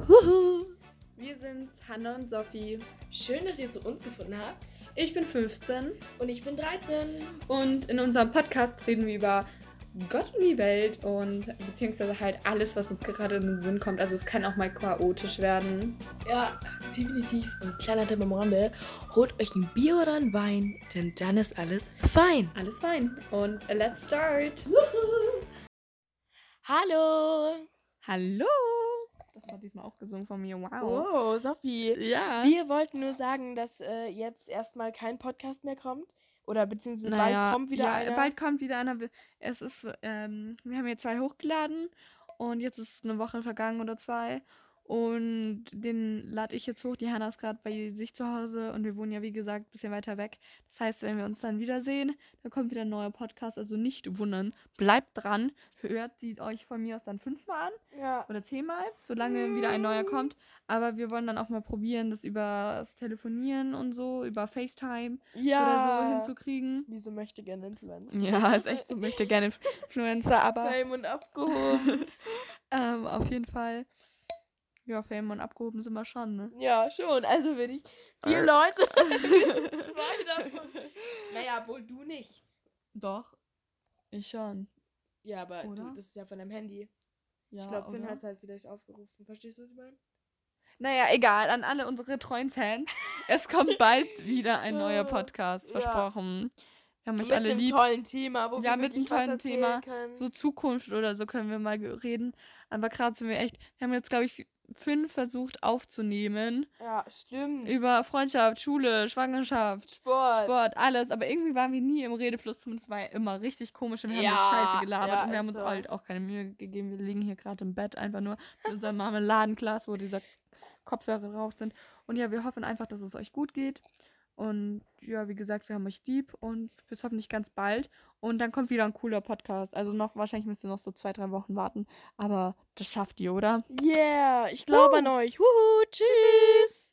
Huhu. Wir sind's, Hanna und Sophie. Schön, dass ihr zu uns gefunden habt. Ich bin 15 Und ich bin 13. und in unserem Podcast reden wir über Gott und die Welt und beziehungsweise halt alles, was uns gerade in den Sinn kommt. Also es kann auch mal chaotisch werden. Ja, definitiv. Und kleiner Tipp am Rande: holt euch ein Bier oder einen Wein, denn dann ist alles fein. Alles fein. Und let's start. Hallo! Hallo. Das war diesmal auch gesungen von mir. Wow. Oh, Sophie. Ja. Wir wollten nur sagen, dass äh, jetzt erstmal kein Podcast mehr kommt. Oder beziehungsweise bald kommt wieder ja, einer. Bald kommt wieder einer. Es ist, ähm, wir haben hier zwei hochgeladen und jetzt ist eine Woche vergangen oder zwei. Und den lade ich jetzt hoch. Die Hanna ist gerade bei sich zu Hause und wir wohnen ja, wie gesagt, ein bisschen weiter weg. Das heißt, wenn wir uns dann wiedersehen, dann kommt wieder ein neuer Podcast. Also nicht wundern. Bleibt dran. Hört sie euch von mir aus dann fünfmal an Ja. oder zehnmal, solange wieder ein neuer Mm. kommt. Aber wir wollen dann auch mal probieren, das über das Telefonieren und so, über FaceTime oder so ja. hinzukriegen. Wieso möchte gerne Influencer? Ja, ist echt so. Möchte gerne Inf- Influencer, aber Fame und abgehoben. ähm, auf jeden Fall. Ja, Fame und abgehoben sind wir schon, ne? ja, schon. Also bin ich vier Arr. Leute. Zwei davon. Naja, wohl du nicht. Doch. Ich schon. Ja, aber Oder? du, das ist ja von deinem Handy. Ja, ich glaube, Finn oder? hat es halt vielleicht aufgerufen. Verstehst du, was ich meine? Naja, egal, an alle unsere treuen Fans. Es kommt bald wieder ein neuer Podcast, Ja. versprochen. Wir haben euch mit alle einem lieb. tollen Thema, wo Ja, wir mit wirklich was einem tollen erzählen Thema. Können. So Zukunft oder so können wir mal ge- reden. Aber gerade sind wir echt, wir haben jetzt, glaube ich, fünf versucht aufzunehmen. ja, stimmt. Über Freundschaft, Schule, Schwangerschaft, Sport. Sport, alles. Aber irgendwie waren wir nie im Redefluss. Zumindest war er immer richtig komisch und wir haben Ja, nur Scheiße gelabert. ja, und wir haben ist uns so. halt auch keine Mühe gegeben. Wir liegen hier gerade im Bett einfach nur mit unserem Marmeladenglas, wo dieser Kopfhörer drauf sind. Und ja, wir hoffen einfach, dass es euch gut geht. Und ja, wie gesagt, wir haben euch lieb und bis hoffentlich ganz bald. Und dann kommt wieder ein cooler Podcast. Also noch, wahrscheinlich müsst ihr noch so zwei, drei Wochen warten. Aber das schafft ihr, oder? Yeah, ich glaube an euch. Huhu, tschüss.